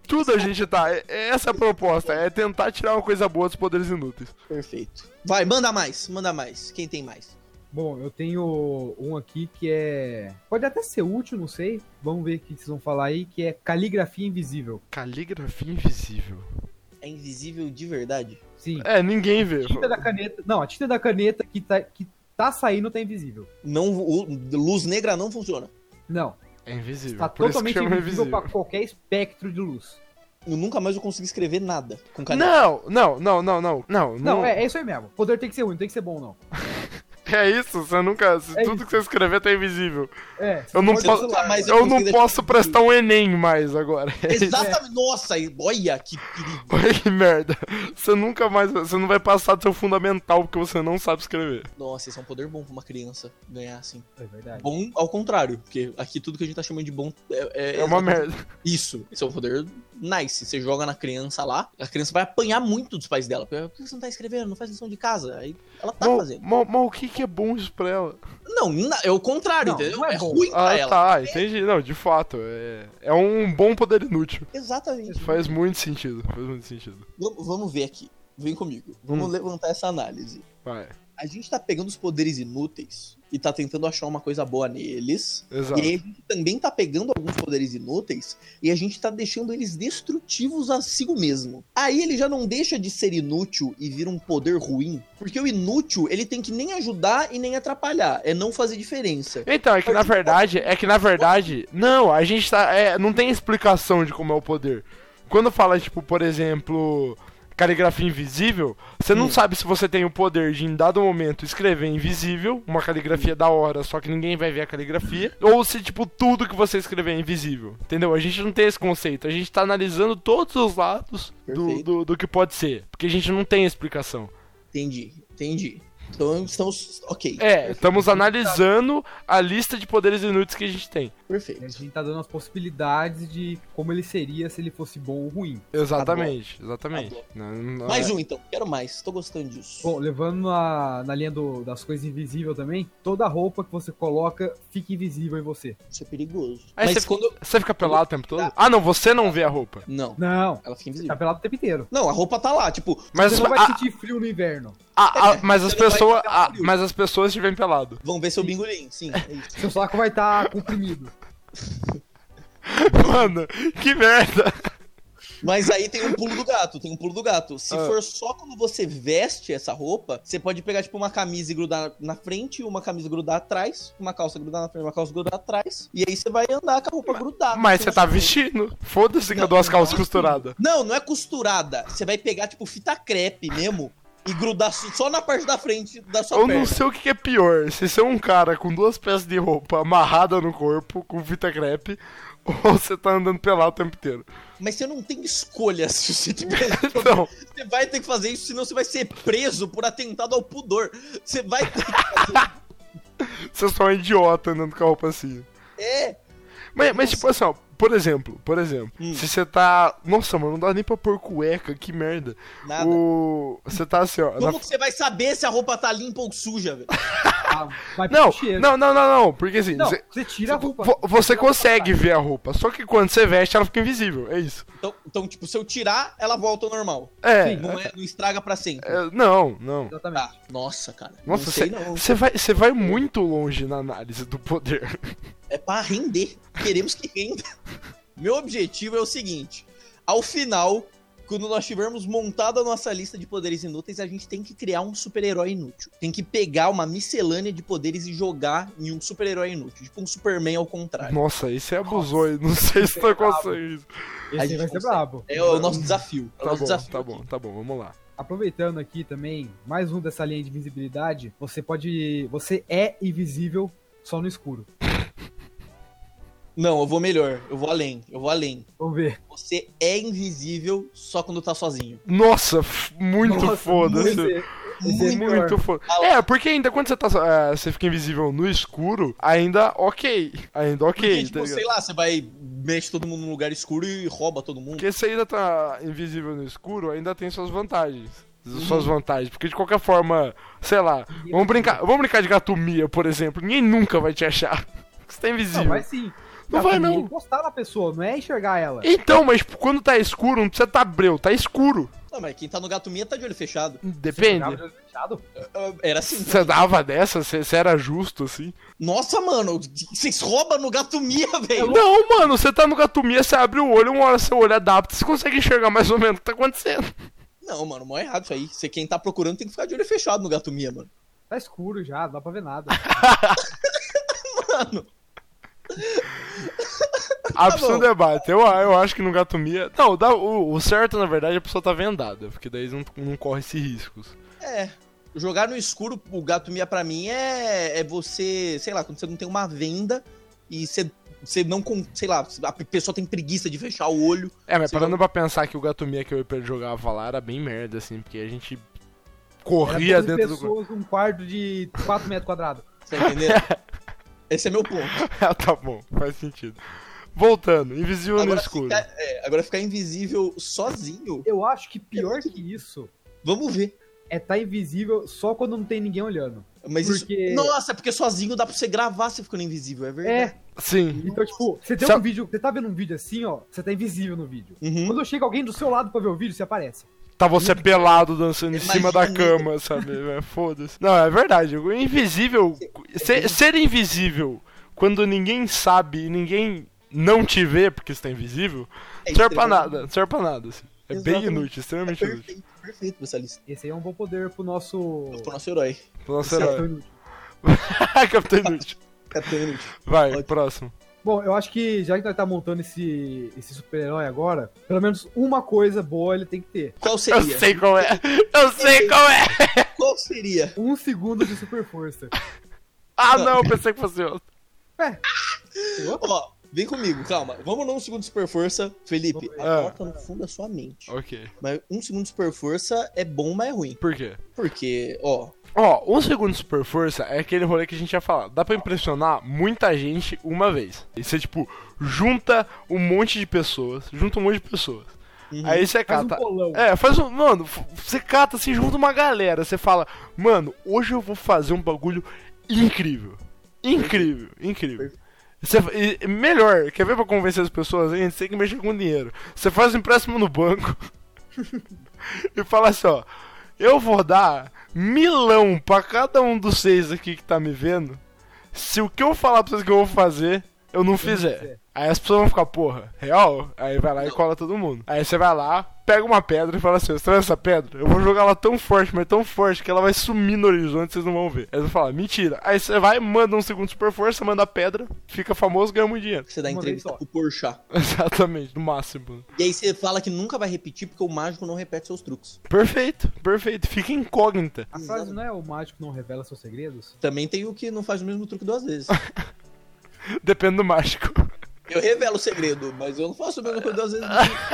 tudo a gente tá. é- é essa a proposta, é tentar tirar uma coisa boa dos poderes inúteis.
Perfeito. Vai, manda mais, manda mais. Quem tem mais?
Bom, eu tenho um aqui que é. Pode até ser útil, não sei. Vamos ver o que vocês vão falar aí, que é caligrafia invisível.
Caligrafia invisível.
É invisível de verdade?
Sim.
É, ninguém
A
vê.
tinta da caneta. Não, a tinta da caneta que tá, que tá saindo tá invisível.
Não, o- luz negra não funciona.
Não,
É invisível.
está
por isso que
Tá totalmente
chama
invisível,
invisível.
pra qualquer espectro de luz.
Eu nunca mais eu consegui escrever nada com caneta.
Não, não, não, não, não, não.
Não, é, é isso aí mesmo. Poder tem que ser ruim, não tem que ser bom, não.
É isso, você nunca. se
É
tudo
isso.
que você escrever tá invisível.
É.
Eu não
Você
posso.
nunca mais vai
Eu não
conseguir
posso
deixar-
prestar um Enem mais agora. *laughs*
Exatamente. Nossa, e- olha que perigo.
Olha que merda. Você nunca mais. Você não vai passar do seu fundamental porque você não sabe escrever.
Nossa, esse é um poder bom pra uma criança ganhar assim.
É verdade.
Bom ao contrário, porque aqui tudo que a gente tá chamando de bom é,
É uma merda.
Isso, esse é um poder nice. Você joga na criança lá, a criança vai apanhar muito dos pais dela. Por que você não tá escrevendo? Não faz lição de casa. Aí ela tá
Mal-
fazendo.
mal- mal, o que, que é bom isso pra ela?
Não, na- é o contrário,
Não,
entendeu?
não
é
é bom.
ruim pra
Ah,
ela.
tá, entendi. Não, de fato. É, é um bom poder inútil.
Exatamente.
Faz muito sentido. Faz muito sentido.
Vam- Vamos ver aqui. Vem comigo. Vamos
Hum.
levantar essa análise.
Vai.
a gente tá pegando os poderes inúteis e tá tentando achar uma coisa boa neles.
Exato.
E aí a gente também tá pegando alguns poderes inúteis e a gente tá deixando eles destrutivos a si mesmo. Aí ele já não deixa de ser inútil e vira um poder ruim, porque o inútil, ele tem que nem ajudar e nem atrapalhar, é não fazer diferença.
Então, é que na
Mas,
verdade, é que na verdade, não, a gente tá, é, não tem explicação de como é o poder. Quando fala, tipo, por exemplo, caligrafia invisível, você não
Hum.
sabe se você tem o poder de, em dado momento, escrever invisível, uma caligrafia da hora, só que ninguém vai ver a caligrafia, ou se, tipo, tudo que você escrever é invisível, entendeu? A gente não tem esse conceito, a gente tá analisando todos os lados do,
Perfeito.
do, do que pode ser, porque a gente não tem explicação.
Entendi, entendi. Então estamos ok.
É, estamos analisando a lista de poderes inúteis que a gente tem.
E a
Perfeito.
gente tá dando as possibilidades de como ele seria se ele fosse bom ou ruim.
Exatamente, exatamente.
Tá
Não, não-
Mais
é-
um então. Quero mais. Tô gostando disso.
Bom, levando na, na linha do- das coisas invisíveis também, toda roupa que você coloca fica invisível em você.
Isso é perigoso.
Aí
Mas
você-
quando Tá. eu-
Você fica pelado o tempo todo? Ah, não, você não vê a roupa.
não,
Não,
ela fica
você tá
invisível.
pelado o tempo inteiro.
Não, a roupa tá lá, tipo,
Mas,
você não vai
a-
sentir frio no inverno.
a- a-
*laughs*
mas as
você não vai
pessoas.
ficar
a-
frio.
Mas as pessoas estiverem pelado. *laughs*
vão ver seu bingolim, sim, é isso.
Seu saco vai estar comprimido.
Mano, que merda!
Mas aí tem um pulo do gato, tem um pulo do gato. Se
Ah.
for só quando você veste essa roupa, você pode pegar, tipo, uma camisa e grudar na frente, uma camisa e grudar atrás, uma calça grudar na frente, uma calça grudar atrás, e aí você vai andar com a roupa grudada.
Mas você tá
vestido.
vestindo. Foda-se que eu
Não,
dou as calças
não.
costuradas.
Não, não é costurada. Você vai pegar, tipo, fita crepe mesmo e grudar su- só na parte da frente da sua
Eu
perna.
não sei o que que é pior, se ser um cara com duas peças de roupa amarrada no corpo, com fita crepe, *laughs* ou você tá andando pelado o tempo inteiro.
Mas você não tem escolha *laughs* se você tiver.
Então,
Você vai ter que fazer isso, senão você vai ser preso por atentado ao pudor. Você vai ter que fazer.
você é só um idiota andando com a roupa assim.
É.
Mas, mas tipo assim, ó, por exemplo, por exemplo,
Hum.
se você tá. Nossa, mano, não dá nem pra pôr cueca, que merda.
Nada.
O. Você tá assim, ó. na-
Como que você vai saber se a roupa tá limpa ou suja, velho?
Ah, vai pro
Não,
cheiro.
não, não, não, não, porque assim.
Não,
cê-
você tira a roupa.
vo- Você
Tira a roupa,
consegue
cara.
ver a roupa, só que quando você veste ela fica invisível, é isso.
Então, então, tipo, se eu tirar, ela volta ao normal.
É.
Sim,
Não, é- não estraga pra sempre.
é, não, não.
Exatamente.
Tá. Nossa, cara.
Nossa,
não sei
você
não.
você vai, você vai muito longe na análise do poder.
É pra render. Queremos que renda. *laughs* Meu objetivo é o seguinte: ao final, quando nós tivermos montada a nossa lista de poderes inúteis, a gente tem que criar um super-herói inútil. Tem que pegar uma miscelânea de poderes e jogar em um super-herói inútil. Tipo um Superman ao contrário.
Nossa, aí você abusou, aí, não sei se tá conseguindo isso.
Esse
A
aí
gente
vai ser
consegue.
brabo.
É o nosso desafio. É
Tá
o nosso
bom,
desafio.
tá bom, tá bom, vamos lá.
Aproveitando aqui também, mais um dessa linha de invisibilidade, você pode. Você é invisível só no escuro.
Não, eu vou melhor. Eu vou além. Eu vou além.
Vamos ver.
Você é invisível só quando tá sozinho.
Nossa, f- muito *laughs*
Nossa,
foda-se.
muito- Esse é
Muito,
melhor.
foda.
Ah, lá.
É, porque ainda quando você tá. ah, você fica invisível no escuro, ainda ok. Ainda ok.
Porque,
tá
tipo,
ligado?
sei lá, você vai, mexe todo mundo num lugar escuro e rouba todo mundo.
Porque se ainda tá invisível no escuro, ainda tem suas vantagens. Suas vantagens. Porque de qualquer forma, sei lá, vamos brincar. Vamos brincar de gatomia, por exemplo. Ninguém nunca vai te achar. *laughs* Você tá invisível.
Não, vai sim.
Não vai, não.
Encostar na pessoa, não é enxergar ela.
Então, mas tipo, quando tá escuro, não precisa tá breu, tá escuro.
Não, mas quem tá no gato minha tá de olho fechado.
Jogava de
Depende.
olho Tá fechado?
Ah, Era assim.
Você dava dessa? Você você era justo assim?
Nossa, mano, vocês roubam no gato minha, *laughs* velho.
Não, mano, você tá no gatomia, você abre o olho, uma hora seu olho adapta, você consegue enxergar mais ou menos o que tá acontecendo.
*laughs* Não, mano, mó errado isso aí. Você quem tá procurando tem que ficar de olho fechado no gato minha, mano. *laughs*
Tá escuro já, não dá pra ver nada.
Abre seu
Tá bom.
debate. é Eu, eu acho que no gatomia. Não, dá, o, o certo, na verdade, a pessoa tá vendada, porque daí não, não corre esses riscos.
É. Jogar no escuro, o gato minha pra mim é, é você, sei lá, quando você não tem uma venda e você, você não, con- sei lá, a pessoa tem preguiça de fechar o olho.
É, mas
Sim.
parando pra pensar que o gatomia que eu e o Pedro jogava lá era bem merda, assim, porque a gente *laughs*
Era
corria
12
dentro do.
pessoas num quarto de 4 metros quadrados.
Você tá entendendo? Esse é meu ponto.
*laughs* ah, tá bom, faz sentido. Voltando, invisível no escuro.
Ficar, é, agora ficar invisível sozinho,
Eu acho que pior que isso
vamos ver.
é tá invisível só quando não tem ninguém olhando.
Mas
Porque-
isso. Nossa, é porque sozinho dá pra você gravar você ficando invisível, é verdade.
É,
Sim.
então, tipo, você tem
Só-
um vídeo, você tá vendo um vídeo assim, ó, você tá invisível no vídeo.
Uhum.
Hum?
Quando chega alguém do seu lado pra ver o vídeo, você aparece.
Tá você pelado dançando em cima da
Imagina.
cama, sabe? É, Foda-se. Não, é verdade. O invisível. Ser, ser invisível quando ninguém sabe e ninguém não te vê porque você tá invisível,
É
não serve pra
extremamente-
nada. Não serve pra nada. assim. É bem
Exatamente.
inútil,
É
extremamente inútil.
perfeito, perfeito pra essa lista.
Esse aí é um bom poder pro nosso.
Pro nosso herói.
Pro nosso
Esse é
herói.
Capitão Inútil.
*laughs* Capitão Inútil.
Capitão Inútil.
Vai,
Ótimo.
próximo.
Bom, eu acho que já que nós tá montando esse, esse super-herói agora, pelo menos uma coisa boa ele tem que ter.
Qual seria?
Eu sei qual é. Eu sei qual é.
Qual seria?
Um segundo de super
*laughs*
força.
Ah, não, pensei que fosse outro.
Ó, vem comigo, calma. Vamos num segundo de super força, Felipe.
Vamos
ver.
Anota no fundo da sua mente.
Ok.
Mas um segundo de super força é bom, mas é ruim.
Por quê?
Porque, ó,
Ó, um segundo de super força é aquele rolê que a gente já falou. Dá pra impressionar muita gente uma vez. E você, tipo, junta um monte de pessoas, junta um monte de pessoas.
Uhum.
Aí você
Faz um
cata.
bolão.
é, faz um. Mano, f- você cata assim, junta uma galera. Você fala, mano, hoje eu vou fazer um bagulho incrível. Incrível, incrível. Você, e- e melhor, quer ver pra convencer as pessoas ainda? Você tem que mexer com dinheiro. Você faz um empréstimo no banco e fala assim: ó, eu vou dar milão pra cada um dos seis aqui que tá me vendo. Se o que eu falar pra vocês que eu vou fazer, eu não fizer.
fizer.
Aí as pessoas vão ficar, porra, real? Aí vai lá e cola todo mundo. Aí você vai lá, pega uma pedra e fala assim: você tá vendo essa pedra? Eu vou jogar ela tão forte, mas tão forte que ela vai sumir no horizonte, vocês não vão ver. Aí eles vão falar: mentira. Aí você vai, manda um segundo super força, manda a pedra, fica famoso, ganha muito dinheiro. *laughs*
você dá
Uma
entrevista
vez só.
pro Porchat.
Exatamente, no máximo.
E aí você fala que nunca vai repetir porque o mágico não repete seus truques.
Perfeito, perfeito. Fica incógnita.
A frase não é o mágico não revela seus segredos?
Também tem o que não faz o mesmo truque duas vezes.
Depende do mágico.
Eu revelo o segredo, mas eu não faço a mesma coisa duas vezes.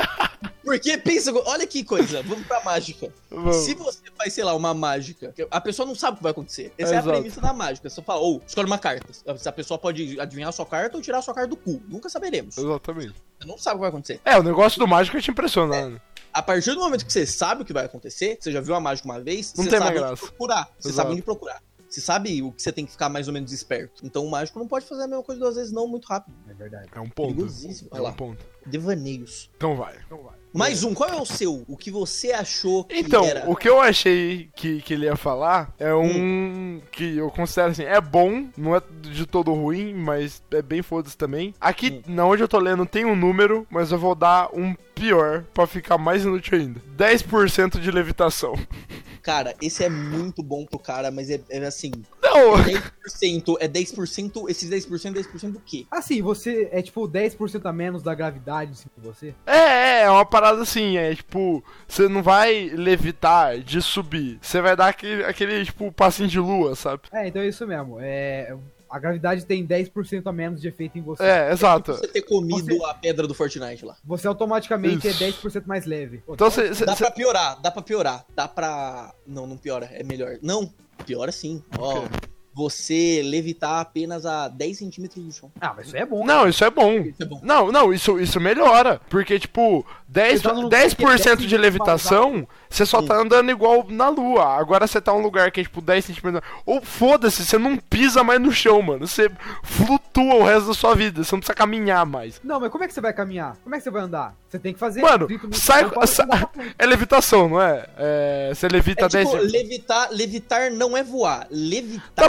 *laughs*
Porque pensa, olha que coisa, vamos pra mágica.
Vamos.
Se você faz, sei lá, uma mágica, a pessoa não sabe o que vai acontecer. Essa é a
Exato.
premissa da mágica. Você fala, ou escolhe uma carta. A pessoa pode adivinhar a sua carta ou tirar a sua carta do cu. Nunca saberemos. Você
Exatamente.
não sabe o que vai acontecer.
É, o negócio do mágico é te impressionar. né?
A partir do momento que você sabe o que vai acontecer, que você já viu a mágica uma vez,
Não
você
tem
sabe
mais
onde
graça.
procurar. Você
Exato.
sabe onde procurar. Você sabe o que você tem que ficar mais ou menos esperto. Então o mágico não pode fazer a mesma coisa duas vezes, não, muito rápido.
É verdade.
É um ponto.
Perigosíssimo.
É
Olha lá.
um ponto.
Devaneios.
Então vai.
Mais um, qual é o seu? O que você achou que
Então,
era?
o que eu achei que, que ele ia falar é
Hum.
um que eu considero assim, é bom, não é de todo ruim, mas é bem foda-se também. Aqui,
Hum.
na onde eu tô lendo, tem um número, mas eu vou dar um pior pra ficar mais inútil ainda. 10% de levitação. *laughs*
Cara, esse é muito bom pro cara, mas é, é assim,
Não,
10%, é 10%, esses 10%, 10% do quê?
Assim, você é tipo 10% a menos da gravidade em cima de você?
É, é, é uma parada assim, é tipo, você não vai levitar de subir, você vai dar aquele, aquele tipo, passinho de lua, sabe?
É, então é isso mesmo. É, a gravidade tem 10% a menos de efeito em você.
É, exato.
Você ter comido
Você-
a pedra do Fortnite lá.
Você automaticamente
Isso.
é 10% mais leve.
Então você.
Dá pra piorar, dá pra piorar, dá pra... Não, não piora, é melhor. Não, piora sim. Ó, você levitar apenas a 10 centímetros do chão.
Ah, mas isso é bom.
Não, isso é bom.
Isso é bom.
Não, não, isso, isso melhora. Porque, tipo, 10%,
Você tá num lugar que é
10 de
dez
levitação, você só tá andando igual na lua. Agora você tá num lugar que é, tipo, 10 centímetros. Ou foda-se, você não pisa mais no chão, mano. Você flutua o resto da sua vida, você não precisa caminhar mais.
Não, mas como é que você vai caminhar? Como é que você vai andar? Você tem que fazer.
Mano,
30 minutos
sai-
de passo
sai-
pra andar.
*laughs* É levitação, não é? É, você levita
É
10
tipo, levitar, levitar não é voar, levitar...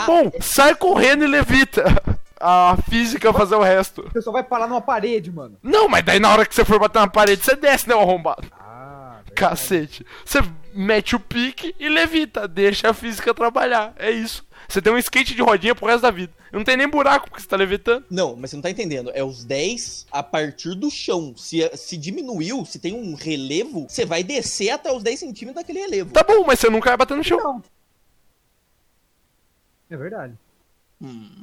Tá bom, sai correndo e levita. *laughs* A física fazer o resto.
Você só vai parar numa parede, mano.
Não, mas daí na hora que você for bater na parede, você desce, né, o arrombado?
Ah,
*laughs*
velho.
Cacete. Você mete o pique e levita, deixa a física trabalhar. É isso. Você tem um skate de rodinha pro resto da vida. Não tem nem buraco porque você tá levitando.
Não, mas você não tá entendendo. É os 10 a partir do chão. Se, se diminuiu, se tem um relevo, você vai descer até os 10 centímetros daquele relevo.
Tá bom, mas você nunca vai bater no chão.
Não. É verdade. Hum.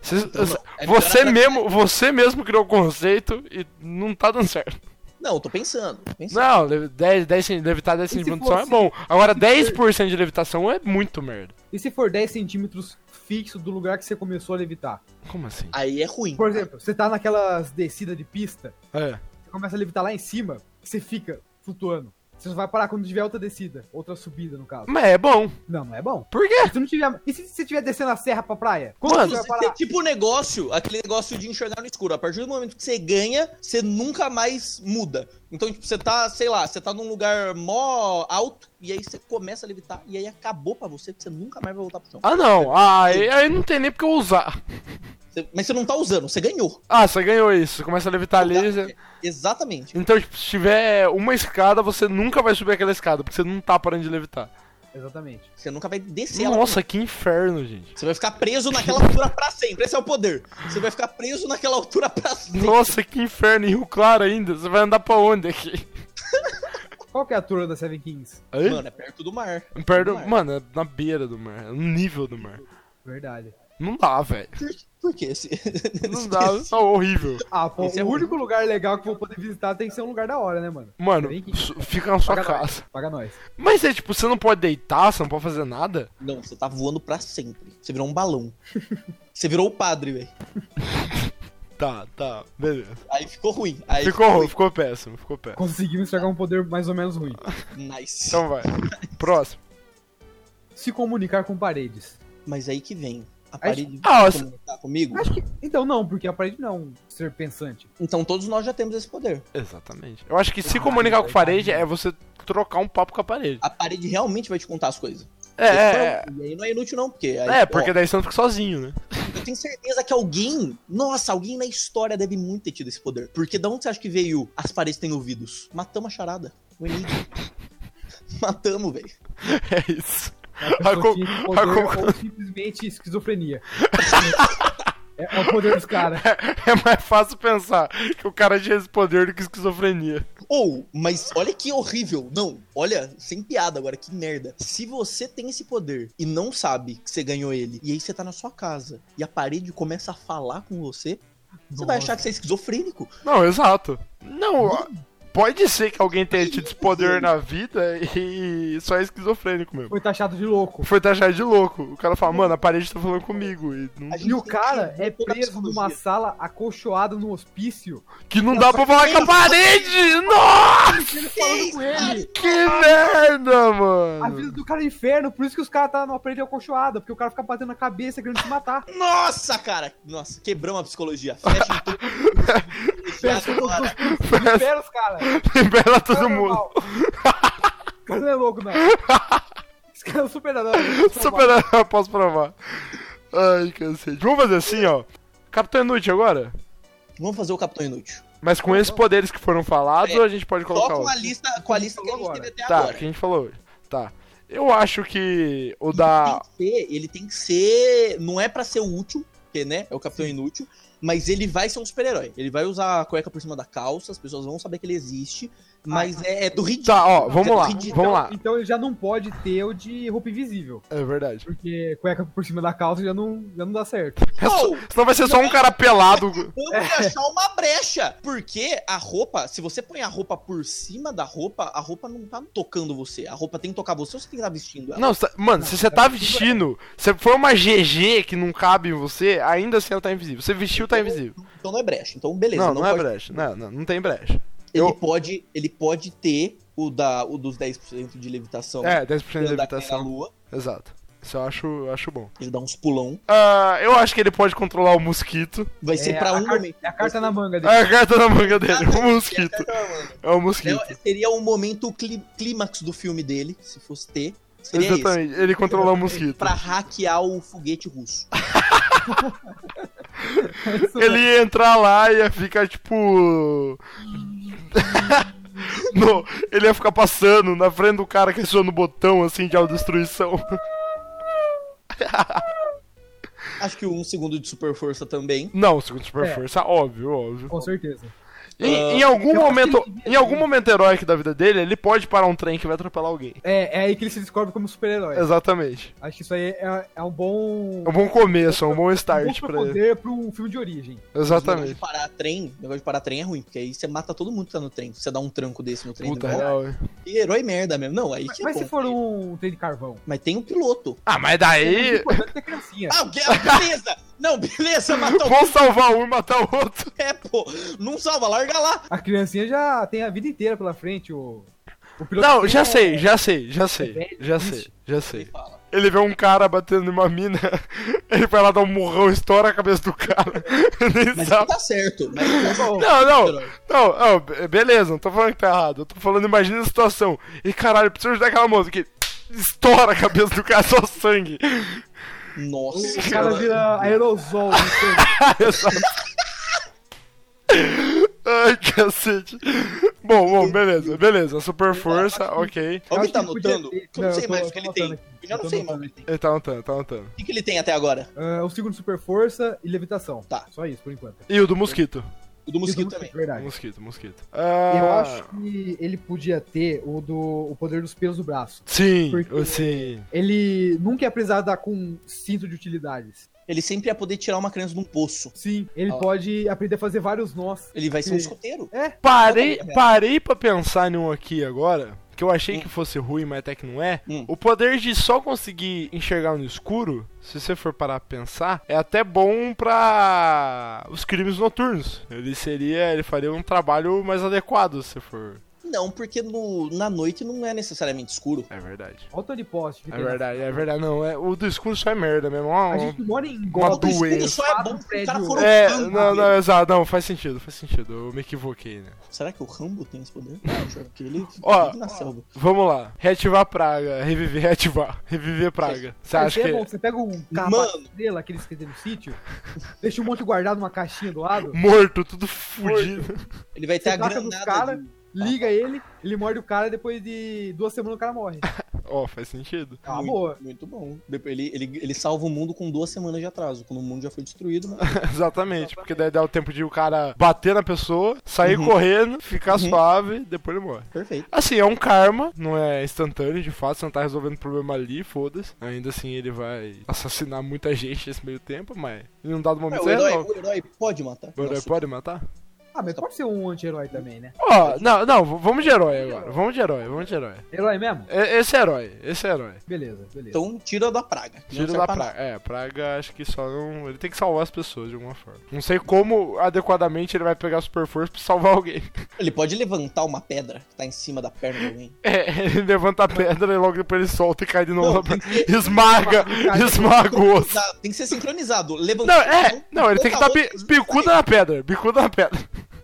Você, você-
é
você
melhor
mesmo, você mesmo criou o conceito e não tá dando certo.
Não, eu tô pensando. tô pensando.
Não, le- 10, 10, cent- levitar 10
E se
centímetros é
fosse-
bom. Agora, 10% de levitação é muito merda.
E se for 10 centímetros fixo do lugar que você começou a levitar?
Como assim?
Aí é ruim.
Por exemplo, você tá naquelas descidas de pista,
É.
você começa a levitar lá em cima, você fica flutuando. Você só vai parar quando tiver outra descida, outra subida, no caso.
Mas é bom.
Não, não é bom.
Por quê?
Se você não tiver... E se você tiver descendo a serra pra praia? Como
Mano,
você vai
Você tem
parar?
tipo um negócio, aquele negócio de enxergar no escuro. A partir do momento que você ganha, você nunca mais muda. Então, tipo, você tá, sei lá, você tá num lugar mó alto e aí você começa a levitar e aí acabou pra você que você nunca mais vai voltar pro chão.
Ah, não. Ah, aí, aí não tem nem porque eu usar.
Você- mas você não tá usando, você ganhou. É,
Ah, você ganhou isso. Você Começa a levitar ali. você-
Exatamente.
Então, tipo, se tiver uma escada, você nunca vai subir aquela escada, porque você não tá parando de levitar.
Exatamente.
Você nunca vai descer ela.
Nossa, que inferno, gente.
Você vai ficar
*laughs*
preso naquela altura pra sempre. Esse é o poder. Você vai ficar preso naquela altura pra sempre.
Nossa, que inferno. Em Rio Claro ainda. Você vai andar pra onde aqui?
Qual que é a altura da Seven Kings?
Hã?
Mano, é perto do mar.
Perto,
do mar.
mano, é na beira do mar, é no nível do mar.
Verdade.
Não dá, velho.
Por, por que *laughs* esse?
Não dá,
*laughs*
tá horrível.
Ah, pô,
Esse
o
é ruim.
único lugar legal que eu vou poder visitar tem que ser um lugar da hora, né, mano?
Mano,
Vem aqui.
su- fica na sua
Paga nós.
casa.
Paga nós.
Mas é tipo, você não pode deitar, você não pode fazer nada?
Não, você tá voando pra sempre. Você virou um balão. Você virou o padre, velho.
Tá, tá, beleza.
Aí ficou ruim. Aí
Ficou ruim, ficou péssimo, ficou péssimo.
Conseguimos pegar um poder mais ou menos ruim.
Nice.
Então vai. Próximo.
Se comunicar com paredes.
Mas aí que vem. A parede
Ah,
vai
você-
comunicar comigo?
Acho que. Então não, porque a parede não é um ser pensante.
Então todos nós já temos esse poder.
Exatamente. Eu acho que se
Ah,
comunicar com
vai,
a parede
vai.
é você trocar um papo com a parede.
A parede realmente vai te contar as coisas.
É, é, é.
E aí não é inútil, não, porque. Aí,
É,
ó,
porque daí você não fica sozinho, né?
eu tenho certeza que alguém. Nossa, alguém na história deve muito ter tido esse poder. Porque da onde você acha que veio as paredes têm ouvidos? Matamos a charada. O enigma. *laughs* Matamos, velho.
É isso.
A
A
pessoa
con-
tinha esse
a
poder
con-
ou simplesmente esquizofrenia. é, é o poder dos caras.
É mais fácil pensar que o cara tinha esse poder do que esquizofrenia.
Ou, mas olha que horrível. Não, olha, sem piada agora, que merda. Se você tem esse poder e não sabe que você ganhou ele, e aí você tá na sua casa e a parede começa a falar com você, você vai
Nossa.
achar que você é esquizofrênico.
Não, exato. Não, ó, pode ser que alguém tenha tido esse poder na vida e só é esquizofrênico mesmo.
Foi taxado de louco.
Foi taxado tá de louco. O cara fala, mano, a parede tá falando comigo. E não-
A gente
E o
tem
cara
que
é
toda a
preso
psicologia.
numa sala acolchoada num hospício.
Que não dá pra falar com a parede!
Ah,
Nossa!
Falando com ele.
Que merda,
A
mano! *laughs*
vida do cara é inferno, por isso que os caras tá numa parede acolchoada, porque o cara fica batendo na cabeça querendo se matar.
Nossa, cara! Nossa, quebramos a psicologia. Fecha tudo.
Fecha todos os libera os caras.
Libera
O cara
todo
é
mundo.
normal. O cara não é louco, não. Esse cara é um super herói.
Super, eu *laughs* posso provar. Ai, cansei. Vamos fazer assim, ó. Capitão Inútil agora?
Vamos fazer o Capitão Inútil.
Mas com esses poderes que foram falados,
É,
a gente pode
Só
colocar
com
outro.
a lista, com a lista que a gente
Agora.
teve até
Tá, o
agora.
que a gente falou hoje. Tá. Eu acho que o
Ele
da.
tem que ser- ele tem que ser. Não é pra ser útil, porque, né? É o Capitão Inútil. Mas ele vai ser um super-herói. Ele vai usar a cueca por cima da calça, as pessoas vão saber que ele existe. Mas é, é do ridículo.
Tá, ó, vamos
Não,
lá,
é ridículo.
vamos lá.
Então ele já não pode ter o de roupa invisível,
É verdade.
porque cueca por cima da calça já não, já não dá certo.
É só- É.
Ou,
Senão vai ser só um cara pelado.
Vamos achar uma brecha. Porque a roupa, se você põe a roupa por cima da roupa, a roupa não tá tocando você. A roupa tem que tocar você ou você tem que estar vestindo ela?
Não, cê- mano,
é
se você tá vestindo, se for uma GG que não cabe em você, ainda assim ela tá invisível. Você vestiu, tá invisível.
Então não é brecha. Então, beleza.
Não, não é
pode-
brecha. Não, não, não tem brecha.
Ele,
Eu-
pode, ele pode ter o, da, o dos 10% de levitação.
É, 10%
Ele
de
andar que nem na
levitação.
lua.
Exato. Isso eu acho, eu acho bom.
Ele dá uns pulão.
Ah, eu acho que ele pode controlar o mosquito.
Vai ser pra
a
um
car-
momento.
É a carta na manga dele.
É a carta na manga dele,
Carta-
o mosquito.
É a carta na manga.
É o mosquito.
É, seria o momento cli- clímax do filme dele, se fosse ter. Seria esse.
Exatamente, ele controlar o mosquito.
Pra hackear o foguete russo.
Isso,
É, Ele ia entrar lá e ia ficar tipo. *laughs* no, ele ia ficar passando na frente do cara que aciona o botão assim de autodestruição.
Acho que um segundo de super força também.
Não, segundo Super
É.
Força, óbvio, óbvio.
Com certeza.
Em,
Ah,
em algum
eu acho
momento,
que ele devia
em algum
ter-
momento heróico da vida dele, ele pode parar um trem que vai atropelar alguém.
É, é aí que ele se descobre como super-herói.
Exatamente.
Acho que isso aí é, é um bom.
É um bom começo, é um bom
um
start
bom
pra ele.
poder pra um filme de origem.
Mas o negócio
Exatamente.
de parar trem, o negócio de parar trem é ruim, porque aí você mata todo mundo que tá no trem. Você dá um tranco desse no trem.
Puta
né?
real, hein?
E herói merda mesmo. Não, aí que é
Mas
bom.
se for um trem de carvão.
Mas tem um piloto.
Ah, mas daí.
O importante é ter criancinha.
Ah, o que- ah, beleza! não, beleza, matou.
Vou salvar um e matar o outro. *laughs*
É, pô. Não salva, larga lá.
A criancinha já tem a vida inteira pela frente. O, o piloto
Não,
tem
já
é-
sei, já sei, já sei.
velho,
Já
triste.
sei, já
Ele
sei.
fala.
ele vê um cara batendo em uma mina, *laughs* ele vai lá dar um murrão, estoura a cabeça do cara. *laughs* Nem
Mas
sabe.
não tá certo.
*laughs*
Mas
Não,
não,
não, não, não, be- beleza, não tô falando que tá errado. Eu tô falando, imagina a situação. E caralho, preciso ajudar aquela moça que estoura a cabeça do cara, *laughs* só sangue.
Nossa,
O cara vira aerosol. não sei.
Exato. Ai, cacete. Bom, bom, beleza, beleza.
tá
Super força, ok.
Alguém
acho
tá
que podia
anotando?
ter-
Eu não,
Não,
sei
eu tô-
mais
eu
o que
tô
ele tem.
anotando aqui.
Eu já
Eu
não
tô
sei mais o
anotando
que ele tem.
Ele tá anotando, tá anotando.
O que, que ele tem até agora?
Ah, o segundo super força e levitação.
Tá.
Só isso, por enquanto.
E o do mosquito.
O do
E
mosquito
do
também.
Verdade.
Mosquito, mosquito.
Eu
Ah,
acho que ele podia ter o do o poder dos pelos do braço.
Sim,
Porque-
eu- sim.
Ele nunca ia precisar dar com cinto de utilidades.
Ele sempre ia poder tirar uma criança de um poço.
Sim, ele
Ah.
pode aprender a fazer vários nós.
Ele vai ser um
Sim.
escoteiro.
Parei,
Tá bom,
parei pra pensar em um aqui agora, que eu achei que fosse ruim, mas até que não é.
Hum.
O poder de só conseguir enxergar no escuro, se você for parar pra pensar, é até bom pra os crimes noturnos. Ele seria, ele faria um trabalho mais adequado, se for.
Não, porque no- na noite não é necessariamente escuro.
É verdade.
Olha o tanto de poste que
É
tem.
verdade, é verdade. Não, é, o do escuro só é merda mesmo. ó,
A
ó.
gente mora em
Uma
Gotham.
doença.
escuro só é bom porque o cara for um
É,
Rambo.
não, não, exato, não, faz sentido, faz sentido. Eu me equivoquei, né?
Será que o Rambo tem esse poder? Não, porque ele
*laughs* Ó,
vive na selva.
Vamos lá. Reativar a praga. Reviver, *laughs* reativar. Reviver praga. Você
Mas
acha
é
que.
bom, você pega um capa
Mano.
estrela, aqueles que tem no sítio, deixa um monte guardado numa caixinha do lado,
Morto, tudo fudido.
Ele vai ter
Você
a
taca nos
granada.
cara,
de-
liga ele, ele morde o cara depois de duas semanas o cara morre.
*laughs* Ó, faz sentido.
É uma
muito,
boa.
muito bom. Depois Ele, ele, ele salva o mundo com duas semanas de atraso, quando o mundo já foi
*laughs*
destruído. Mano.
Exatamente, porque daí dá o tempo de o cara bater na pessoa, sair
Uhum.
correndo, ficar
Uhum.
suave, depois ele morre.
Perfeito.
Assim, é um karma, não é instantâneo de fato, você não tá resolvendo o problema ali, foda-se. Ainda assim, ele vai assassinar muita gente nesse meio tempo, mas em um dado
É,
momento
o,
você
herói,
resolve.
o herói pode matar.
O herói
Nossa,
pode matar?
Ah, mas pode ser um anti-herói também, né?
Ó, não, não, v- vamos de herói agora. Vamos de herói, vamos de herói.
Herói mesmo?
E- Esse é herói, esse é herói.
Beleza, beleza.
Então tira da praga. que não
Tira
serve
da
pra
praga. É, praga acho que só não. Ele tem que salvar as pessoas de alguma forma. Não sei como adequadamente ele vai pegar super força pra salvar alguém.
nada. Ele pode levantar uma pedra que tá em cima da perna de alguém.
*laughs* É, *laughs* ele levanta a pedra e logo depois ele solta e cai de novo.
Não,
na pedra. *laughs* Esmaga, esmaga o osso.
Sincronizado, Tem que ser sincronizado.
Não,
Levantar.
é, não, ele tem que dar bi-
outra-
bicuda na pedra, bicuda na pedra. *laughs*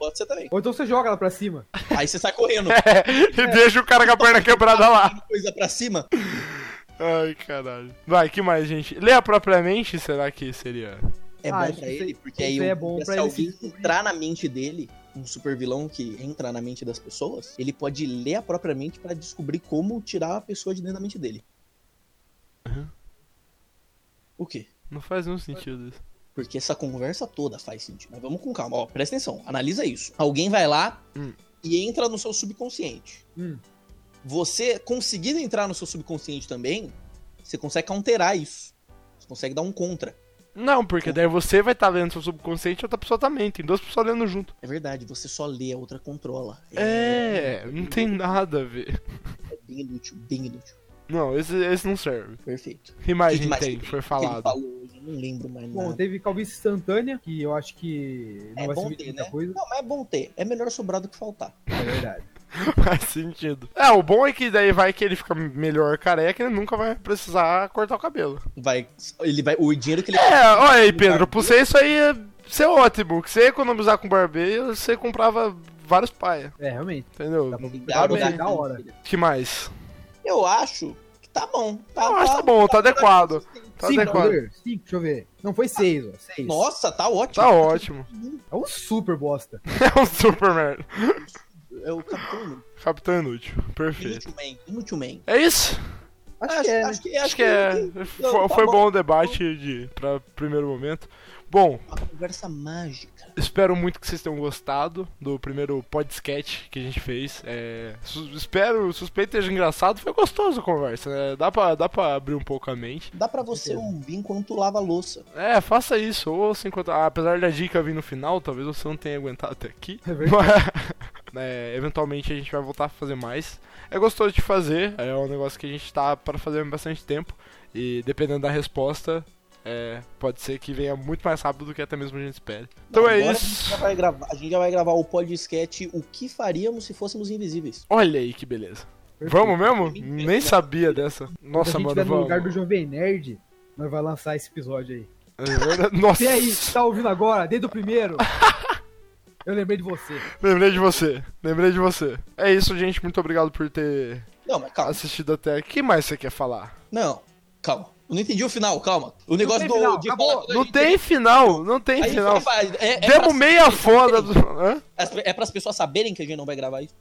Pode ser também.
Ou então você joga ela pra cima.
Aí você sai correndo.
*laughs* É, e deixa o cara com a perna quebrada lá.
Coisa pra cima.
Ai, caralho. Vai, que mais, gente? Ler propriamente será que seria?
É
Ah,
bom
acho
pra
que
ele,
isso aí-
porque
isso
aí
aí é
o-
bom pra
se
ele
alguém
se-
entrar na mente dele, um super vilão que entra na mente das pessoas, ele pode ler a própria mente pra descobrir como tirar a pessoa de dentro da mente dele.
Aham.
O quê?
Não faz nenhum sentido isso.
Porque essa conversa toda faz sentido. Mas vamos com calma, ó, presta atenção, analisa isso. Alguém vai lá
Hum.
e entra no seu subconsciente.
Hum.
Você conseguindo entrar no seu subconsciente também, você consegue counterar isso. Você consegue dar um contra.
Não, porque daí você vai estar lendo seu subconsciente e outra pessoa também. Tem duas pessoas lendo junto.
É verdade, você só lê, a outra controla.
É, não tem nada a ver.
É bem inútil, bem inútil.
Não, esse, esse não serve.
Perfeito.
Que
O
mais
que
gente
mais
tem?
que
que Foi
O que ele
falado.
falou hoje? Eu não lembro mais
Bom,
nada.
teve calvície instantânea, que eu acho que não
É
vai
bom
servir
ter,
de muita
né?
coisa.
Não, mas é bom ter. É melhor sobrar do que faltar.
É verdade.
*laughs* Faz sentido. É, o bom é que daí vai que ele fica melhor careca e ele nunca vai precisar cortar o cabelo.
Vai, ele vai, o dinheiro que ele
É, olha aí, Pedro, pra você isso aí ia ser ótimo. Que você ia economizar com barbeiro, você comprava vários paia,
É, realmente.
entendeu?
Dá pra
Dá
comprar
bem,
bem,
pra-
da hora.
que mais?
Eu acho que tá bom. Tá,
Eu acho que tá bom, tá adequado. Tá
Cinco,
adequado.
poder? Cinco, deixa eu ver. Não, foi seis, ó. Seis.
Nossa, tá ótimo.
Tá ótimo. *laughs*
É um super bosta.
É um Superman.
É o Capitão Inútil.
Capitão Inútil. Perfeito.
Inútil Man. Inútil Man.
É isso?
Acho, que é, né?
acho que é.
Acho que é.
Não,
fo-
tá
Foi
bom.
bom o debate de, pra primeiro momento. Bom,
Uma conversa mágica.
Espero muito que vocês tenham gostado do primeiro podcast que a gente fez. É, su- espero, suspeito que esteja engraçado. Foi gostoso a conversa, né? Dá pra, dá pra abrir um pouco a mente.
Dá pra você ouvir enquanto tu lava a louça.
É, faça isso. Ou se enquanto... ah, apesar da dica vir no final, talvez você não tenha aguentado até aqui. *laughs*
É verdade.
É, eventualmente a gente vai voltar a fazer mais. É gostoso de fazer, é um negócio que a gente tá para fazer há bastante tempo. E dependendo da resposta, é, pode ser que venha muito mais rápido do que até mesmo a gente espera. Então é
Agora A gente,
isso.
já vai gravar, a gente já vai gravar o podcast O que faríamos se fôssemos invisíveis.
Olha aí que beleza. Vamos mesmo? Nem sabia dessa.
Se
Nossa,
a gente
mano,
tiver no
vamos.
lugar do Jovem Nerd, nós vai lançar esse episódio aí.
É verdade. Nossa,
*laughs* E aí, que tá ouvindo agora, desde
*laughs*
o primeiro, eu lembrei de você.
lembrei de você. Lembrei de você. É isso, gente. Muito obrigado por ter
Não, mas calma.
assistido até aqui. O que mais você quer falar?
Não, calma. Eu não entendi o final, calma. O negócio
tem
do.
final,
de
acabou.
falar quando a
Não
gente-
tem final. Não tem
a gente
final.
vai- É, é,
Demo
pra-
meia foda do. Hã?
é pras pessoas saberem que a gente não vai gravar isso.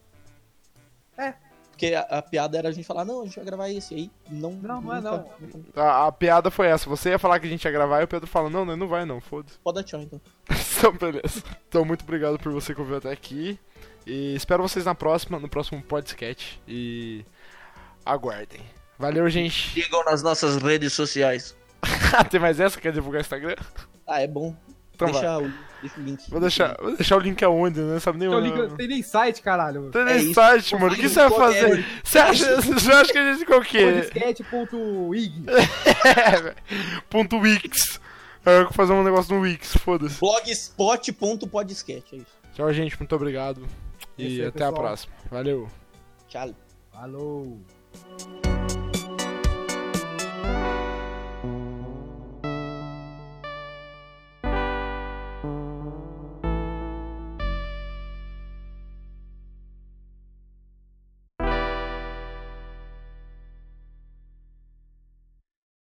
É.
Porque a, a piada era a gente falar, não, a gente vai gravar isso. E aí não.
Não, não é
nunca-
não.
nunca-
A, a piada foi essa. Você ia falar que a gente ia gravar e o Pedro fala: Não, não, não vai não, foda-se. *laughs*
Pode dar tchau, então.
Então, beleza. Então, muito obrigado por você que ouviu até aqui. E espero vocês na próxima, no próximo podcast. E aguardem. Valeu, gente.
Digam nas nossas redes sociais.
*laughs* Ah, Tem mais essa? Quer divulgar o Instagram?
Ah, é bom.
Então vai.
deixa, o, deixa o link.
Vou deixar, vou deixar o link aonde, né? Sabe nem
Então,
onde.
liga, não tem nem site, caralho.
Tem
É
nem
isso.
site, mano. O que
Vai
você vai
no
fazer? Você acha, você acha que a gente ficou o *laughs* quê?
é tipo
É,
Podcast.ig.
Ponto Wix. Eu vou fazer um negócio no Wix, foda-se.
Blogspot.podcast. É isso.
Tchau, gente. Muito obrigado.
É isso
E
aí,
até a
pessoal.
próxima. Valeu.
Tchau.
Falou.